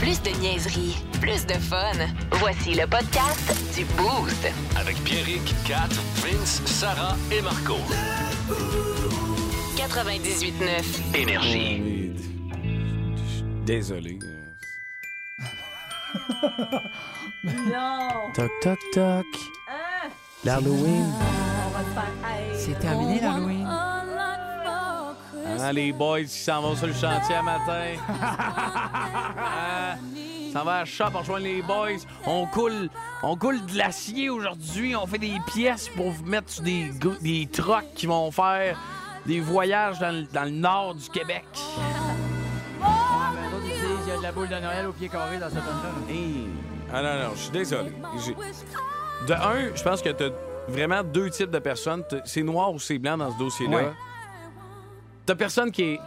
Plus de niaiserie, plus de fun. Voici le podcast du Boost. Avec Pierrick, Kat, Vince, Sarah et Marco. 98.9. Énergie. Oui, d- Désolé. Non! Toc, toc, toc. L'Halloween. On va te faire haïr. C'est terminé l'Halloween. Hein, les boys qui s'en vont sur le chantier à matin. Hein? S'en va à la shop rejoindre les boys. On coule, on coule de l'acier aujourd'hui. On fait des pièces pour vous mettre sur des, gr- des trucks qui vont faire des voyages dans, le- dans le nord du Québec. D'autres ils disent, il y a de la boule de Noël au pied carré dans cette tonne Ah non, non, je suis désolé. J'ai- De un, je pense que t'as vraiment deux types de personnes. T'as- C'est noir ou c'est blanc dans ce dossier-là. Ouais. T'as personne qui est,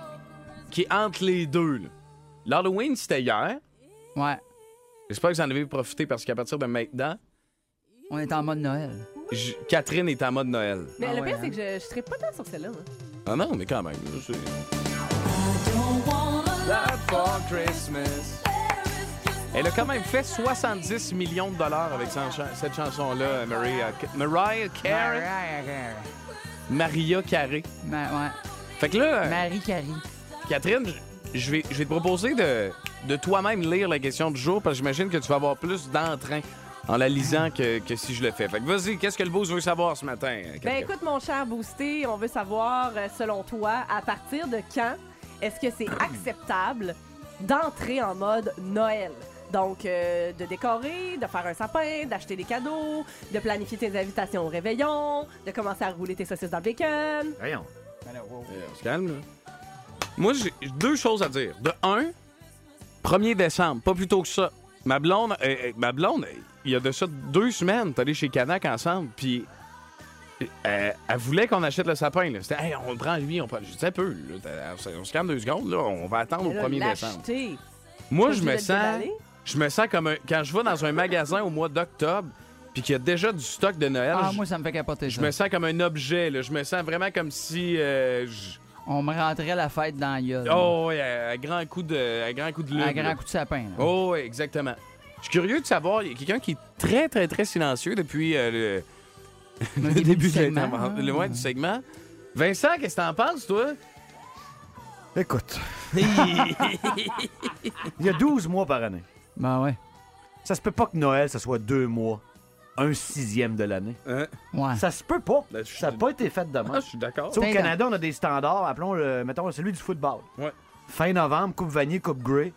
qui est entre les deux. là. L'Halloween, c'était hier. là. Ouais, J'espère que vous en avez profité parce qu'à partir de maintenant, on est en mode Noël. j- Catherine est en mode Noël. Mais Ah le ouais, pire, hein? c'est que je, je serais pas tant sur celle-là. moi. Ah non, mais quand même. là, c'est- Elle a quand même fait 70 millions de dollars avec son cha- cette chanson-là, Mariah, Mariah Carey. Maria Carey. Ma- ouais. Fait que là... Marie Carrie. Euh, Catherine, je- je vais, je vais te proposer de, de toi-même lire la question du jour parce que j'imagine que tu vas avoir plus d'entrain en la lisant que, que si je le fais. Fait que vas-y, qu'est-ce que le boss veut savoir ce matin? euh, Catherine? Ben écoute, mon cher Boosté, on veut savoir, euh, selon toi, à partir de quand est-ce que Hmm. c'est acceptable d'entrer en mode Noël? Donc, euh, de décorer, de faire un sapin, d'acheter des cadeaux, de planifier tes invitations au réveillon, de commencer à rouler tes saucisses dans le bacon. Euh, on se calme, là. Moi, j'ai deux choses à dire. De un, 1er décembre, pas plus tôt que ça. Ma blonde, euh, euh, ma blonde, euh, il y a de ça deux semaines, t'es allé chez Canac ensemble, puis euh, elle, elle voulait qu'on achète le sapin. là. C'était, hey, on le prend lui, on prend. Je disais un peu, là, t'as- on se- on se calme deux secondes, là, on va attendre Là, au 1er décembre. l'acheter. Moi, T'es je obligé de me le sens. déballer? Je me sens comme un- quand je vais dans un magasin au mois d'octobre, puis qu'il y a déjà du stock de Noël, Ah, je- moi, ça me fait capoter je ça. me sens comme un objet. là. Je me sens vraiment comme si. euh, je- On me rentrait la fête dans la gueule. Oh, ouais, à, à grand coup de, à grand coup de lune. Un là. grand coup de sapin. là. Oh, ouais, exactement. Je suis curieux de savoir, il y a quelqu'un qui est très, très, très silencieux depuis euh, le, Le le début du de segment, l'intervention- là. le ouais, du segment. Vincent, qu'est-ce que t'en penses, toi? Écoute. Il y a 12 mois par année. Ben ouais. Ça se peut pas que Noël, ça soit deux mois, un sixième de l'année. Ouais. Ça se peut pas. Là, Ben, je suis- Ça n'a pas été fait de Ah, même. je suis d'accord. Tu sais, au Tintin. Canada, on a des standards, appelons, le, mettons, celui du football. Ouais. Fin novembre, Coupe Vanier, Coupe Grey.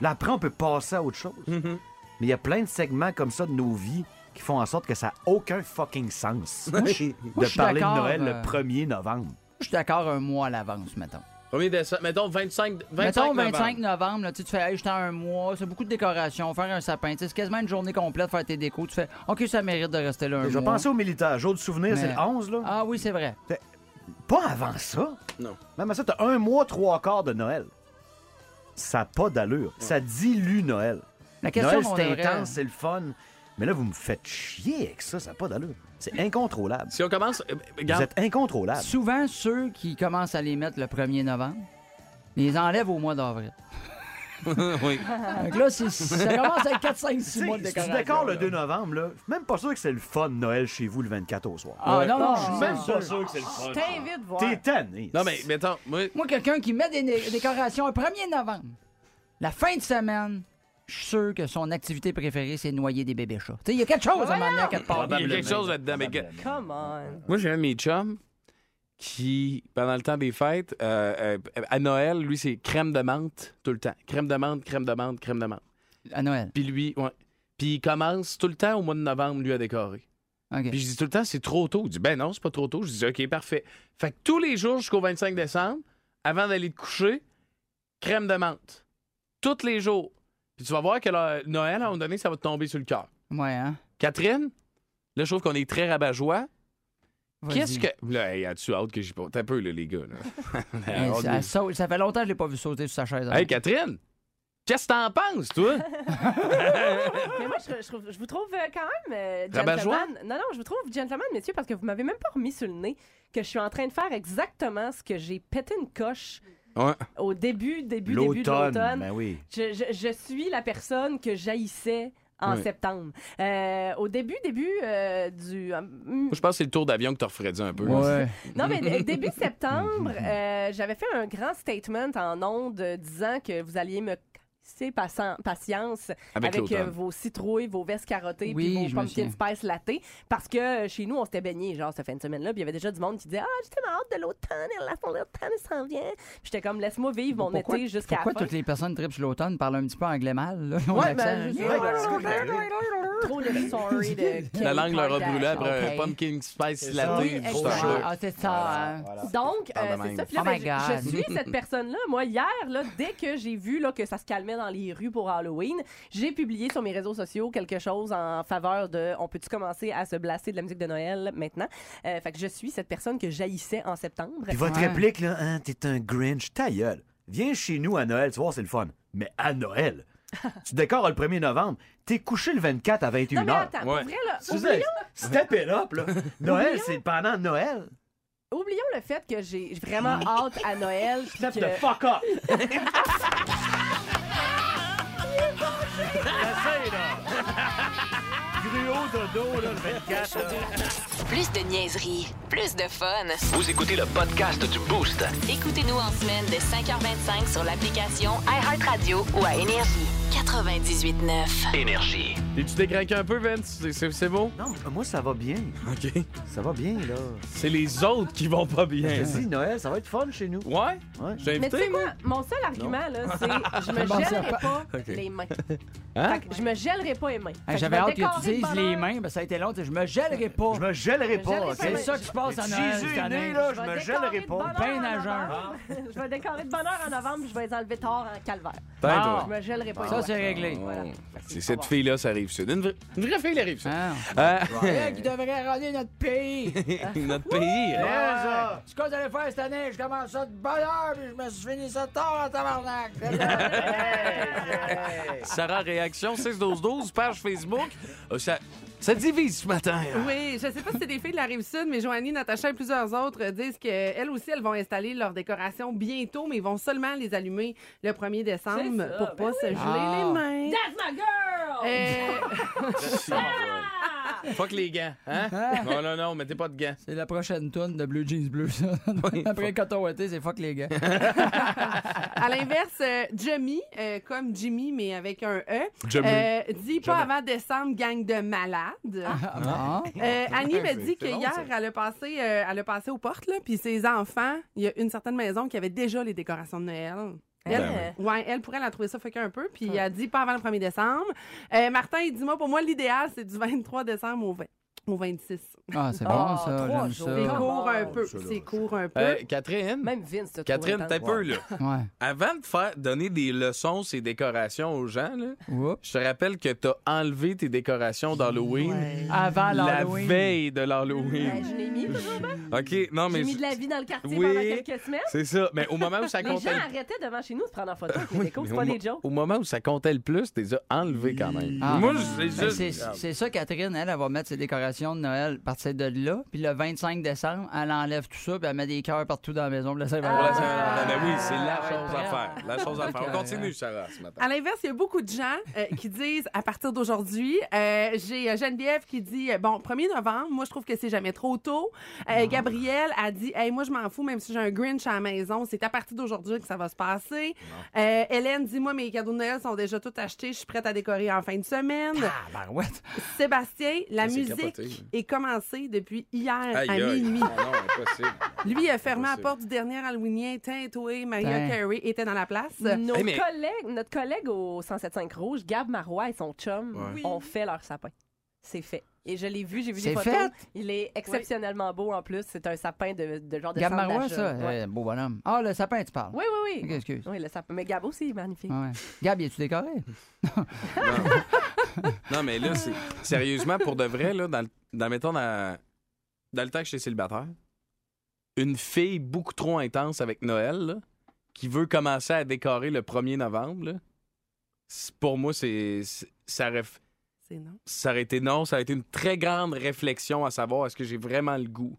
Là, après, on peut passer à autre chose. Mm-hmm. Mais il y a plein de segments comme ça de nos vies qui font en sorte que ça n'a aucun fucking sens Moi, je- moi, je de suis parler de d'accord, Noël euh, le 1er novembre. Je suis d'accord un mois à l'avance, mettons. 1er décembre, mettons 25, 25 Mettons novembre. 25 novembre, là, tu sais, tu fais, hey, j'étais à un mois, c'est beaucoup de décorations, faire un sapin. tu sais, C'est quasiment une journée complète, faire tes décos. Tu fais, OK, ça mérite de rester là un Je vais mois. penser aux militaires. Jour du souvenir, c'est Mais- le 11, là. Ah oui, c'est vrai. Pas avant ça. Non. Même à ça, t'as un mois, trois quarts de Noël. Ça n'a pas d'allure. Ça dilue Noël. La question, Noël, qu'on c'est devrait- intense, c'est le fun. Mais là, vous me faites chier avec ça. Ça n'a pas d'allure. C'est incontrôlable. Si on commence. euh, Vous Regarde, êtes incontrôlable. Ah. Souvent, ceux qui commencent à les mettre le 1er novembre, ils les enlèvent au mois d'avril. Oui. Donc là, c'est- ça commence à 4, 5, 6 mois de si tu décoration. décores le là. 2 novembre, là, je suis même pas sûr que c'est le fun Noël chez vous le 24 au soir. Ah non, non, Je suis même c'est pas sûr. sûr que c'est le fun. Je t'invite voir. T'es tanné. Non, mais mettons, moi, Moi, quelqu'un qui met des né- décorations le 1er novembre, la fin de semaine, je suis sûr que son activité préférée, c'est de noyer des bébés chats. Tu sais, il y a quelque chose à m'amener à quelque part. il y a quelque chose là-dedans. mais que- Come on. Moi, j'ai un de mes chums qui, pendant le temps des fêtes, euh, euh, à Noël, lui, c'est crème de menthe tout le temps. Crème de menthe, crème de menthe, crème de menthe. À Noël. Puis lui, ouais. Puis il commence tout le temps au mois de novembre, lui, à décorer. OK. Puis je dis tout le temps, c'est trop tôt. Il dit, ben non, c'est pas trop tôt. Je dis, OK, parfait. Fait que tous les jours jusqu'au 25 décembre, avant d'aller te coucher, crème de menthe. Tous les jours. Puis tu vas voir que là, Noël, à un moment donné, ça va te tomber sur le cœur. Ouais, hein? Catherine, là, je trouve qu'on est très rabat-joie. Vas-y. Qu'est-ce que. Là, hey, as-tu hâte que j'y passe? T'as un peu, là, les gars. Là. Hey, On ça, est- saute- ça fait longtemps que je l'ai pas vu sauter sur sa chaise. Ah, Hey, Catherine, qu'est-ce que t'en penses, toi? Mais moi, je, je trouve- je vous trouve euh, quand même euh, Rabat-joie? gentleman. Non, non, je vous trouve gentleman, messieurs, parce que vous m'avez même pas remis sur le nez que je suis en train de faire exactement ce que j'ai pété une coche Ouais. au début, début, début de l'automne. ben oui. Je, je- je suis la personne que jaillissais en Oui. septembre. Euh, au début, début euh, du... hum, Moi, je pense que c'est le tour d'avion que tu referais dire un peu. Ouais. Non, mais d- début septembre, euh, j'avais fait un grand statement en ondes euh, disant que vous alliez me c'est patience Avec avec, l'automne. euh, vos citrouilles, vos vestes carottées Oui, puis vos je me pumpkin souviens. spice latte parce que euh, chez nous on s'était baigné genre cette fin de semaine là, puis il y avait déjà du monde qui disait "Ah, j'ai tellement hâte de l'automne, et la l'automne il s'en vient." Puis J'étais comme laisse-moi vivre mon Pourquoi, été jusqu'à la pourquoi fin. toutes les personnes tripent sur l'automne parlent un petit peu anglais mal? Là, On Ouais, accent- hein? ben, je- Ouais, ben, c'est quoi que t'arrives? trop le sorry de La Kelly langue leur a Kardashian. brûlé après ok. un pumpkin spice ça. latte. Oui, juste un exact. shot. Ah, c'est ça. hein. Donc, Parle euh, de c'est même. ça. Puis là, Oh my ben, je- je, God. suis cette personne-là. Moi, hier, là, dès que j'ai vu là, que ça se calmait dans les rues pour Halloween, j'ai publié sur mes réseaux sociaux quelque chose en faveur de on peut-tu commencer à se blaster de la musique de Noël maintenant? Euh, fait que je suis cette personne que jaillissait en septembre. Puis votre Ouais. réplique, là, hein, t'es un Grinch, ta gueule. Viens chez nous à Noël, tu vois, c'est le fun. Mais à Noël, tu décores le 1er novembre, t'es couché le 24 à 21h. Non, mais attends, pour Ouais. vrai, là, Tu oublions, sais, Step it up, là. Noël, c'est pendant Noël. oublions le fait que j'ai vraiment hâte à Noël. puis Step que- the fuck up. Essaye, là. Gruau dodo, là, le 24. là. Plus de niaiserie, plus de fun. Vous écoutez le podcast du Boost. Écoutez-nous en semaine de 5h25 sur l'application iHeartRadio ou à Énergie. 98.9. Énergie. Et tu dégrinques un peu, Vince? C'est- C'est c'est beau? Non, moi, ça va bien. OK. Ça va bien, là. C'est les autres qui vont pas bien. Je dis, Noël, ça va être fun chez nous. Ouais? Ouais. J'ai Mais tu invité, sais, moi? moi, mon seul argument, là, c'est je me Bon, ça- gèlerai pas Ok. les mains. Hein? Fait que je me gèlerai pas les mains. Fait Hey, J'avais que je vais hâte que tu décorer le dises les bonheur. mains, ben, ça a été long. tu sais, Je me gèlerai pas. Je me gèlerai Je gèlerai pas, OK? pas, C'est ça qui se passe à Noël. Jésus cette est né, année. là, je vais me décorer gèlerai de pas. bonheur Ben en à jeun. novembre. Ah. Je vais décorer de bonheur en novembre, je vais les enlever tard en calvaire. Attends, Bon. toi. Je me gèlerai pas. les Ça, doigts. c'est réglé. Voilà. Ah. Oh. C'est cette fille-là, ça arrive sud. Une, vraie- une vraie fille, elle arrive sud. Ah. Ah, Elle qui devrait râler notre pays. notre pays. Ouais, ça. Ce qu'on allait faire cette année, je commence ça de bonne heure, puis je me suis fini ça tard en tabarnak. Sarah Réaction, 6-12-12, page Facebook. Euh, Ça, ça divise ce matin. hein. Oui, je sais pas si c'est des filles de la Rive-Sud, mais Joanie, Natacha et plusieurs autres euh, disent qu'elles aussi, elles vont installer leurs décorations bientôt, mais ils vont seulement les allumer le 1er décembre C'est ça, pour pas ben se geler Ah. les mains. That's my girl! Euh, Ah! Fuck les gants, hein? Ah! Non, non, non, mettez pas de gants. C'est la prochaine toune de Blue Jeans Bleu, ça. Après Coton Watté, c'est fuck les gars. à l'inverse, euh, Jimmy, euh, comme Jimmy, mais avec un E, Jimmy. euh, dit pas avant décembre, gang de malades. Ah, Euh, Annie me c'est- dit que c'est bon, hier, ça. elle a passé, euh, elle a passé aux portes, là, puis ses enfants, il y a une certaine maison qui avait déjà les décorations de Noël. Elle, Ben ouais, elle pourrait la trouver ça fucké un peu, puis elle dit pas avant le 1er décembre. Euh, Martin, il dit moi, pour moi, l'idéal, c'est du 23 décembre au, 20 au 26. Ah, c'est bon, Ah, ça. trois J'aime jours. C'est Ah. ça. court un peu, ça, là, c'est court un peu. Euh, Catherine? Même Vince, t'as Catherine, t'as trouvé peu, là. Ouais. Avant de faire donner des leçons, ces décorations aux gens, là, Oups. je te rappelle que t'as enlevé tes décorations d'Halloween Avant la l'Halloween. veille de tant. Ben, l'Halloween. Je l'ai mis, toujours, ben. OK, non, mais. J'ai mis de la vie dans le quartier Oui. pendant quelques semaines. C'est ça. Mais au moment où ça Les gens comptait. le- arrêtaient devant chez nous de prendre en photo avec les Oui, décos, mais c'est au pas mo- des jokes. Au moment où ça comptait le plus, t'es enlevé quand même. Ah. Moi, j'ai Ben, C'est juste. Ah. c'est ça, Catherine, elle, elle va mettre ses décorations de Noël à partir de là. Puis le 25 décembre, elle enlève tout ça, puis elle met des cœurs partout dans la maison pour la Ah, Saint-Valentin. Ah, Pour la Saint-Valentin. Ben oui, c'est la chose à ouais. faire. La chose à faire. On continue, Sarah, ce matin. À l'inverse, il y a beaucoup de gens euh, qui disent à partir d'aujourd'hui, euh, j'ai euh, Geneviève qui dit euh, bon, 1er novembre, moi je trouve que c'est jamais trop tôt. Euh, Gabrielle a dit hey, moi je m'en fous même si j'ai un Grinch à la maison, c'est à partir d'aujourd'hui que ça va se passer. Euh, Hélène dit moi mes cadeaux de Noël sont déjà tous achetés, je suis prête à décorer en fin de semaine. Ah, barouette. Sébastien, la Ça, c'est musique capoté. est commencée depuis hier Aïe, à aïe. minuit. Non, non, impossible. Lui a fermé la Impossible. porte du dernier Halloweenien tintoé, Tain. Maria Carey était dans la place. Nos Hey, mais- collègues, notre collègue au 1075 Rouge, Gab Marois et son chum, Ouais. ont fait leur sapin. C'est fait. Et je l'ai vu, j'ai vu C'est des photos. fait? Il est exceptionnellement beau en plus. C'est un sapin de, de genre de Gab centre Marois, d'achat. ça. euh, Ouais. Eh, beau bonhomme. Ah, le sapin, tu parles. Oui, oui, oui. Ok, excuse. Oui, le sapin. Mais Gab aussi, il est magnifique. Ah ouais. Gab, es-tu décoré? Non, mais là, c'est sérieusement, pour de vrai, là, dans, le- dans, mettons, dans, dans le temps que j'étais célibataire, une fille beaucoup trop intense avec Noël, là, qui veut commencer à décorer le 1er novembre, là, c'est- pour moi, c'est, c'est- ça, aurait, f- C'est non. ça aurait été non, ça aurait été une très grande réflexion à savoir est-ce que j'ai vraiment le goût.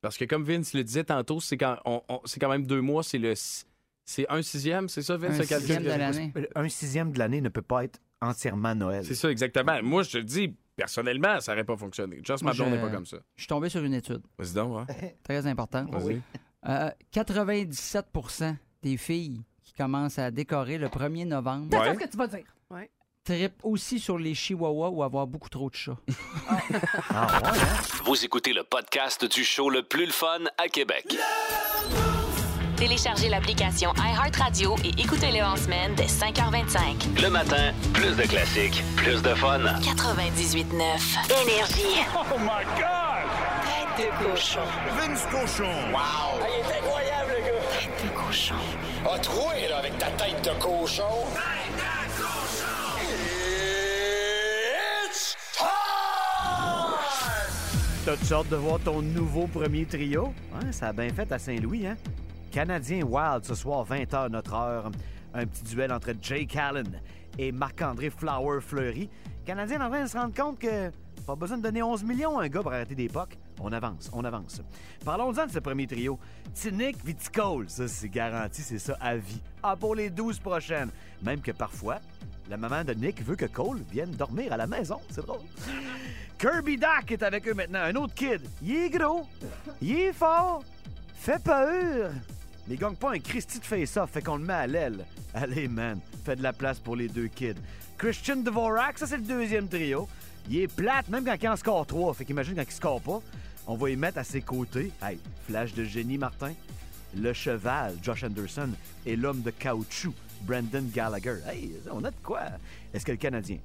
Parce que comme Vince le disait tantôt, c'est quand, on- on- c'est quand même deux mois, c'est le s- C'est un sixième, c'est ça, Vince, Un ce calcul sixième que- de l'année. Un sixième de l'année ne peut pas être entièrement Noël. C'est ça, exactement. Moi, je te le dis, personnellement, ça n'aurait pas fonctionné. Just ma Moi, je- journée pas comme ça. Je suis tombé sur une étude Vas-y donc, hein. très importante. Vas-y. Euh, 97 des filles qui commencent à décorer le 1er novembre C'est Ouais. ce que tu vas dire. trippent aussi sur les chihuahuas ou avoir beaucoup trop de chats. Ah, ouais, hein? Vous écoutez le podcast du show le plus le fun à Québec. Téléchargez l'application iHeartRadio et écoutez-le en semaine dès 5h25. Le matin, plus de classiques, plus de fun. 98.9. Énergie. Oh my God! Tête de cochon. A troué, là, avec ta tête de cochon. Tête de cochon! It's time! T'as-tu hâte de voir ton nouveau premier trio? Ouais, ça a bien fait à Saint-Louis, hein? Canadien Wild ce soir, 20h notre heure. Un petit duel entre Jake Allen et Marc-André Flower Fleury. Canadien en train de se rendre compte que pas besoin de donner 11 millions à un gars pour arrêter des pocs. On avance, on avance. Parlons-en de ce premier trio. Tinic Viticole, ça c'est garanti, c'est ça à vie. Ah, pour les 12 prochaines. Même que parfois, la maman de Nick veut que Cole vienne dormir à la maison. C'est drôle. Kirby Doc est avec eux maintenant, un autre kid. Il est gros, il est fort, fait peur. Mais il gagne pas un Christy de face-off, fait qu'on le met à l'aile. Allez, man, fais de la place pour les deux kids. Christian Dvorak, ça c'est le deuxième trio. Il est plate, même quand il en score trois, fait qu'imagine quand il score pas. On va y mettre à ses côtés. Hey, flash de génie, Martin. Le cheval, Josh Anderson, et l'homme de caoutchouc, Brandon Gallagher. Hey, on a de quoi. Est-ce que le Canadien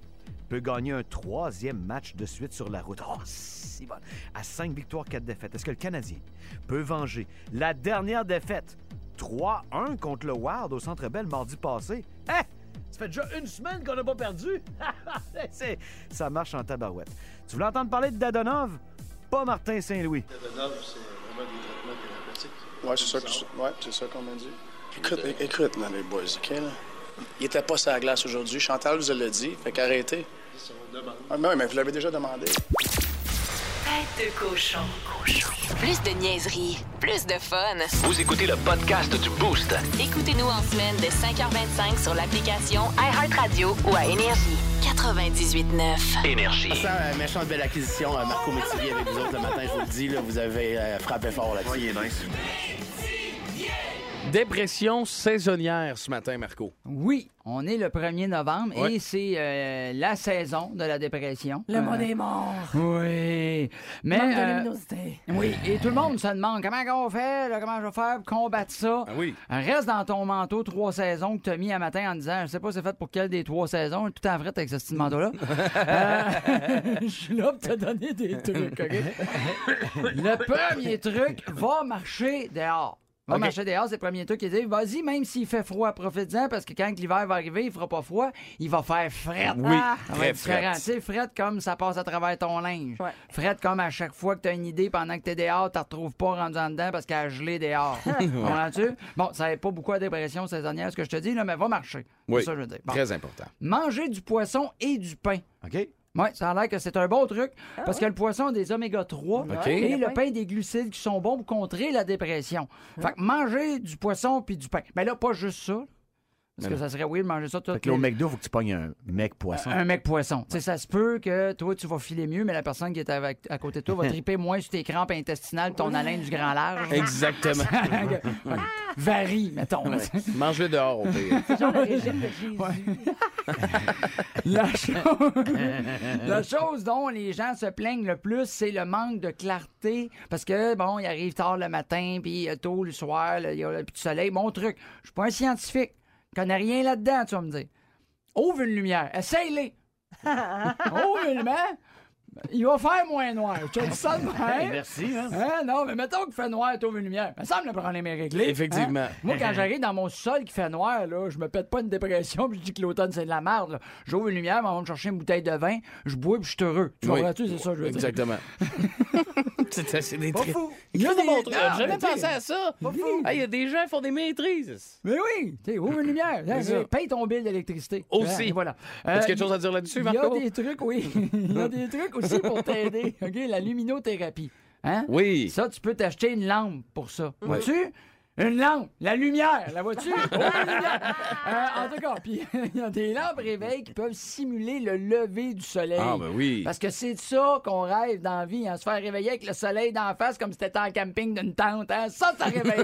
peut gagner un troisième match de suite sur la route. Oh, si bon. À cinq victoires, quatre défaites. Est-ce que le Canadien peut venger la dernière défaite 3-1 contre le Wild au Centre Bell mardi passé? Hein? Ça fait déjà une semaine qu'on n'a pas perdu. C'est- ça marche en tabarouette. Tu voulais entendre parler de Dadonov? Pas Martin Saint-Louis. Ouais, c'est ça que je- ouais, c'est ça qu'on m'a dit. Écoute, é- écoute, là, les boys, OK, là? Il était pas sur la glace aujourd'hui. Chantal vous l'a dit. Fait qu'arrêtez. Ah, mais, oui, mais vous l'avez déjà demandé. Tête de cochon. Plus de niaiserie, plus de fun. Vous écoutez le podcast du Boost. Écoutez-nous en semaine dès 5h25 sur l'application iHeartRadio ou à Énergie. 98.9. Énergie. Ça, euh, méchante belle acquisition, euh, Marco Métivier avec vous autres le matin, je vous le dis, là, vous avez euh, frappé fort là-dessus. Dépression saisonnière ce matin, Marco. Oui, on est le 1er novembre Ouais. et c'est euh, la saison de la dépression. Le Euh, monde est mort. Oui. Mais. Manque de euh, luminosité. oui, et tout le monde se demande comment on fait, là, comment je vais faire pour combattre ça. Ah oui. Reste dans ton manteau trois saisons que t'as mis un matin en disant, je sais pas c'est fait pour quelle des trois saisons, tout en vrai avec ce petit manteau-là. Euh, je suis là pour te donner des trucs, OK? le premier truc, va marcher dehors. Va marcher dehors, c'est le premier truc qu'il dit. Vas-y, même s'il fait froid, profite-en, parce que quand l'hiver va arriver, il fera pas froid, il va faire fret. Oui, Ça va très être Ah. différent. frette. Tu sais, fret comme ça passe à travers ton linge. Ouais. Fret comme à chaque fois que tu as une idée pendant que tu es dehors, tu retrouves pas rendu en dedans parce qu'elle a gelé dehors. Comprends-tu? Bon, ça n'est pas beaucoup à dépression saisonnière, ce que je te dis, là, mais va marcher. Oui. C'est ça que je veux dire. Bon. Très important. Manger du poisson et du pain. OK? Oui, ça a l'air que c'est un bon truc parce que le poisson a des oméga 3 OK. et le pain des glucides qui sont bons pour contrer la dépression. Fait que manger du poisson puis du pain. Mais là, pas juste ça. Parce que ça serait weird de manger ça tout Fait que là, au McDo, faut que tu pognes un mec poisson. un mec poisson. Tu sais, ça se peut que toi, tu vas filer mieux, mais la personne qui est avec, à côté de toi va triper moins sur tes crampes intestinales, ton haleine du grand large. Exactement. Varie, mettons. Mange-le dehors, au pire. C'est genre le régime de Jésus. La, chose... la chose dont les gens se plaignent le plus, c'est le manque de clarté. Parce que, bon, il arrive tard le matin, puis euh, tôt le soir, là, il y a le petit soleil. Mon truc, je suis pas un scientifique. Je connais rien là-dedans, tu vas me dire. Ouvre une lumière. Essaye-les. Ouvre une lumière. Il va faire moins noir. Je te dis ça de même. Merci, hein? Hein, non, mais mettons qu'il fait noir, t'ouvres une lumière. Ça me semble le problème est réglé. Effectivement. Hein? Moi, quand j'arrive dans mon sol qui fait noir, là, je me pète pas une dépression puis je dis que l'automne, c'est de la merde. là. J'ouvre une lumière, mais on va me chercher une bouteille de vin, je bois puis je suis heureux. Tu Oui. comprends-tu? C'est ça que je veux dire. Exactement. c'est ça, c'est des Pas trucs. fou. Il y a des Non, bons trucs. J'ai mais jamais tu sais, pensé à ça. Ah, Il y a des gens qui font des maîtrises. Mais oui! Tu sais, ouvre une lumière. Hein, ça. Paye ton bill d'électricité. Aussi. Hein, Voilà. As-tu Euh, quelque chose à dire là-dessus, Il y a Marco? des trucs, oui. Il y a des trucs aussi pour t'aider. OK? La luminothérapie. Hein? Oui. Ça, tu peux t'acheter une lampe pour ça. Vois-tu? Une lampe, la lumière, la voiture. en tout cas, puis il y a des lampes réveil qui peuvent simuler le lever du soleil. Ah, ben oui. Parce que c'est de ça qu'on rêve dans la vie, hein, se faire réveiller avec le soleil d'en face comme si t'étais en camping d'une tente. hein. Ça, ça réveille.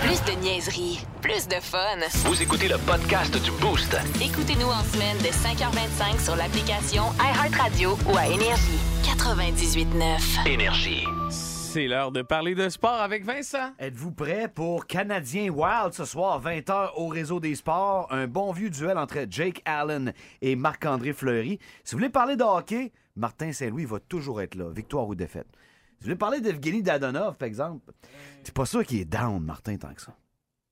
Plus de niaiserie, plus de fun. Vous écoutez le podcast du Boost. Écoutez-nous en semaine de 5h25 sur l'application iHeartRadio ou à Énergie. 98.9. Énergie. C'est l'heure de parler de sport avec Vincent. Êtes-vous prêt pour Canadien Wild ce soir, 20h au réseau des sports? Un bon vieux duel entre Jake Allen et Marc-André Fleury. Si vous voulez parler de hockey, Martin Saint-Louis va toujours être là, victoire ou défaite. Si vous voulez parler d'Evgeny Dadonov, par exemple, t'es pas sûr qu'il est down, Martin, tant que ça.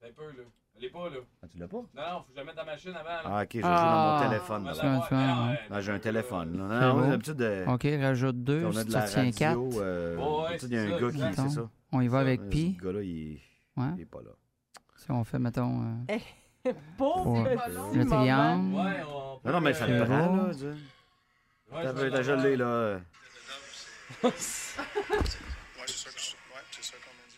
Ben, peu, là. Elle pas, là. Ah, tu l'as pas? Non, non, faut que je la mette à la machine avant. ben, Ah, ok, je joue Ah. dans mon téléphone. là. vas- tu vas- Ah, j'ai un téléphone. Là. C'est Non, beau. on a l'habitude de. OK, rajoute deux, On a de la radio. euh, Ouais, d'habitude, il y a c'est un ça, gars qui. exact. C'est ça. On y va avec Ouais, Pi. Ce gars-là, il Ouais. il est pas là. Si on fait, mettons, euh, Beau Ouais. petit le moment. triangle. on. Non, non, mais ça Euh, le prend, bon. là. tu sais. T'as vu, déjà gelé, là. Ouais, c'est ça que je- ouais, c'est ça qu'on m'a dit.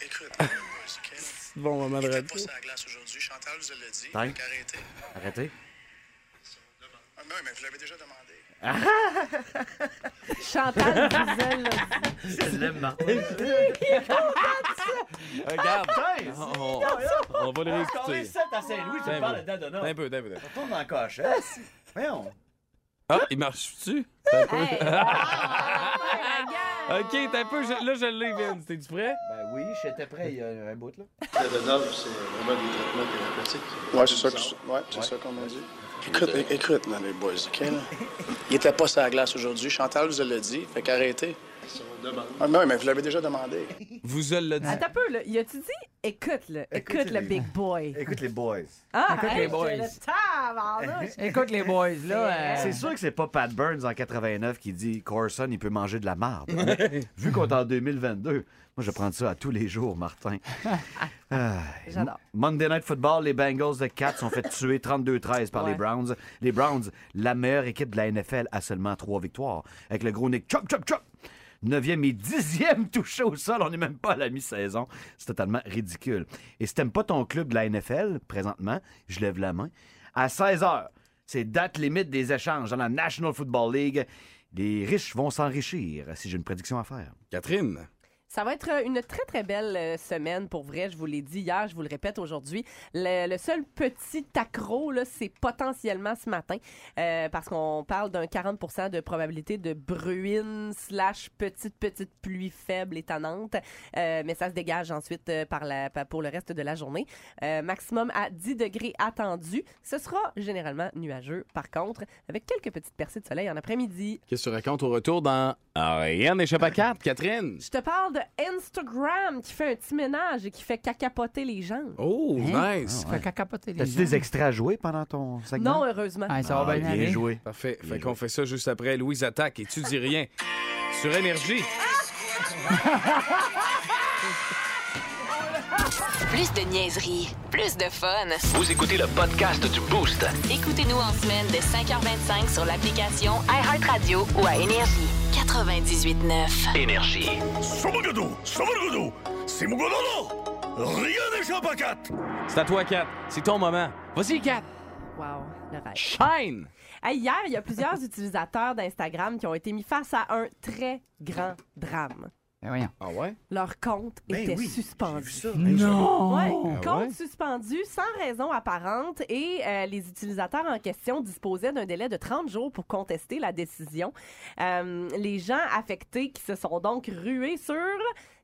Écoute, é- écoute, les boys, OK? là? Bon moment Il était pas sur la glace aujourd'hui. Chantal vous l'a dit. Hein? Fait qu'arrêtez. Arrêtez. Ah, mais oui, mais vous l'avez déjà demandé. Chantal Gisèle, là, Je l'aime, Martin. Ah, Regarde. Ah, Putain! On, on va le réécouter. à Saint-Louis, T'as un peu. d'Adonov. T'as un peu, t'as un peu, t'as un peu. Retourne en cochesse. Voyons. Ah, il marche-tu? Ben, Hey! Ah, Ok, t'as un peu. je- là, je l'ai, Vince. T'es-tu prêt? Ben oui, j'étais prêt il y a un bout, là. Ouais, c'est ça que je- ouais, c'est ça qu'on m'a dit. Écoute, é- écoute, là, les boys, OK? là? Il était pas sur la glace aujourd'hui. Chantal vous l'a dit. Fait qu'arrêtez. Ah, mais oui, mais vous l'avez déjà demandé. Vous le dit. Ah. Attends un peu, là. Y a-tu dit écoute le, écoute le Écoute-les. big boy? Écoute les boys. Ah, écoute les hey, boys. j'ai le tabarnouche. Écoute les boys, là. euh, C'est sûr que c'est pas Pat Burns en 89 qui dit Corson, il peut manger de la marde. Vu qu'on est en 2022, moi je prends ça à tous les jours, Martin. Ah, J'adore. Monday Night Football, les Bengals de 4 sont fait tuer 32-13 par Ouais. les Browns. Les Browns, la meilleure équipe de la NFL, a seulement 3 victoires. Avec le gros nez chop, chop, chop. 9e et 10e touché au sol, on n'est même pas à la mi-saison. C'est totalement ridicule. Et si t'aimes pas ton club de la NFL, présentement, je lève la main, à 16 h, c'est date limite des échanges dans la National Football League. Les riches vont s'enrichir, si j'ai une prédiction à faire. Catherine. Ça va être euh, une très, très belle euh, semaine pour vrai. Je vous l'ai dit hier, je vous le répète aujourd'hui. Le, le seul petit accro, là, c'est potentiellement ce matin, euh, parce qu'on parle d'un 40 de probabilité de bruine slash petite, petite pluie faible et tannante. Euh, mais ça se dégage ensuite euh, par la, pa- pour le reste de la journée. Euh, maximum à 10 degrés attendus. Ce sera généralement nuageux, par contre, avec quelques petites percées de soleil en après-midi. Qu'est-ce que tu racontes au retour dans Rien n'échappe à quatre, Catherine? Je te parle de Instagram qui fait un petit ménage et qui fait cacapoter les gens. Oh, Hein? nice. Fait qu'à capoter les T'as-tu gens. des extraits à jouer pendant ton segment? Non, euh, heureusement. Ah, ça va Ah, bien bien aller. joué. Parfait. Fait qu'on fait ça juste après. Louise attaque et tu dis rien. Sur énergie. Plus de niaiserie, plus de fun. Vous écoutez le podcast du Boost. Écoutez-nous en semaine de 5h25 sur l'application iHeartRadio ou à Énergie. 98.9. Énergie. C'est à toi, Kat. C'est ton moment. Vas-y, Kat. Wow, le rêve. Shine. Hey, hier, il y a plusieurs utilisateurs d'Instagram qui ont été mis face à un très grand drame. Ben voyons. Ah ouais? Leur compte était suspendu. Non! Ouais, compte ouais? suspendu sans raison apparente et euh, les utilisateurs en question disposaient d'un délai de 30 jours pour contester la décision. Euh, les gens affectés qui se sont donc rués sur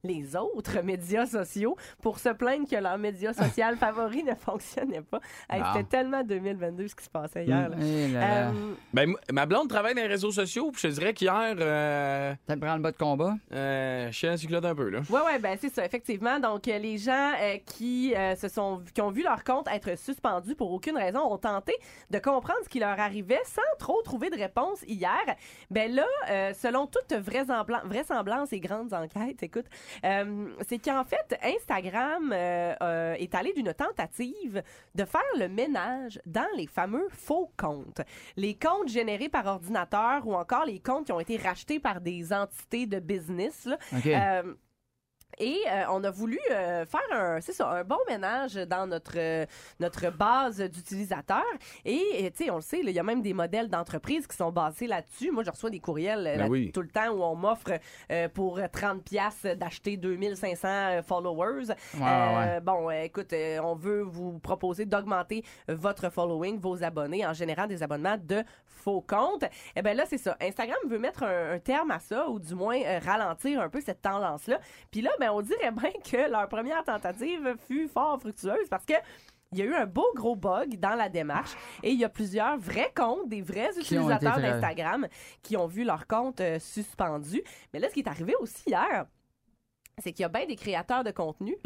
les autres médias sociaux pour se plaindre que leur média social favori ne fonctionnait pas. Hey, Wow. C'était tellement 2022 ce qui se passait hier. Ah, là. Eh là là. Euh, Ben, m- ma blonde travaille dans les réseaux sociaux, puis je te dirais qu'hier, euh, Ça me prend le bas de combat. euh, je suis un cyclope un peu, là. Oui, oui, ben c'est ça, effectivement. Donc, euh, les gens euh, qui euh, se sont qui ont vu leur compte être suspendu pour aucune raison ont tenté de comprendre ce qui leur arrivait sans trop trouver de réponse hier. Ben là, euh, selon toute vraisemblan- vraisemblance et grandes enquêtes, écoute, Euh, c'est qu'en fait, Instagram euh, euh, est allé d'une tentative de faire le ménage dans les fameux faux comptes. Les comptes générés par ordinateur ou encore les comptes qui ont été rachetés par des entités de business. là. OK. Euh, et euh, on a voulu euh, faire un, c'est ça, un bon ménage dans notre euh, notre base d'utilisateurs. Et euh, tu sais, on le sait, là, il y a même des modèles d'entreprises qui sont basés là-dessus. Moi, je reçois des courriels euh, Ben là- oui. tout le temps où on m'offre euh, pour 30 pièces d'acheter 2500 euh, followers. Ouais, Euh, Bon, euh, écoute, euh, on veut vous proposer d'augmenter votre following, vos abonnés, en générant des abonnements de faux comptes. Eh bien là, c'est ça. Instagram veut mettre un, un terme à ça, ou du moins euh, ralentir un peu cette tendance-là. Puis là, ben, on dirait bien que leur première tentative fut fort fructueuse parce que il y a eu un beau gros bug dans la démarche et il y a plusieurs vrais comptes, des vrais Qui ont été utilisateurs très- d'Instagram qui ont vu leur compte euh, suspendu. Mais là, ce qui est arrivé aussi hier, c'est qu'il y a bien des créateurs de contenu,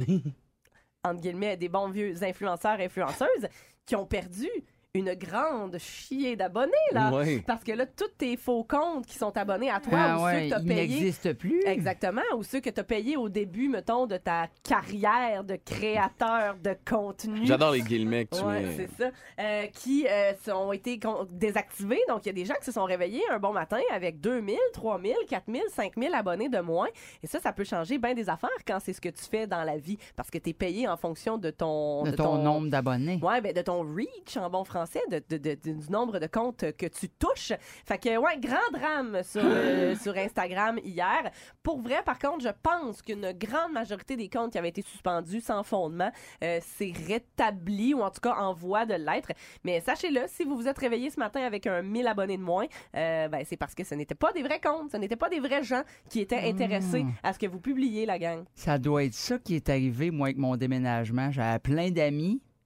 entre guillemets, des bons vieux influenceurs, influenceuses, qui ont perdu une grande chier d'abonnés, là. Ouais. Parce que là, tous tes faux comptes qui sont abonnés à toi Ah ou ouais, ceux que il tu as payés n'existe plus. Exactement, ou ceux que tu as payés au début, mettons, de ta carrière de créateur de contenu. J'adore les guillemets que tu Ouais, mets. c'est ça. Euh, qui euh, sont- ont été con- désactivés. Donc, il y a des gens qui se sont réveillés un bon matin avec 2000, 3000, 4000, 5000 abonnés de moins. Et ça, ça peut changer bien des affaires quand c'est ce que tu fais dans la vie. Parce que tu es payé en fonction de ton... De ton nombre d'abonnés. Ouais, ben de ton reach en bon français, de, de- de- de- du nombre de comptes que tu touches. Fait que, ouais, grand drame sur, euh, sur Instagram hier. Pour vrai, par contre, je pense qu'une grande majorité des comptes qui avaient été suspendus sans fondement euh, s'est rétabli ou en tout cas en voie de l'être. Mais sachez-le, si vous vous êtes réveillé ce matin avec un 1000 abonnés de moins, euh, ben c'est parce que ce n'était pas des vrais comptes, ce n'étaient pas des vrais gens qui étaient intéressés à ce que vous publiez, la gang. Ça doit être ça qui est arrivé, moi, avec mon déménagement. J'avais plein d'amis.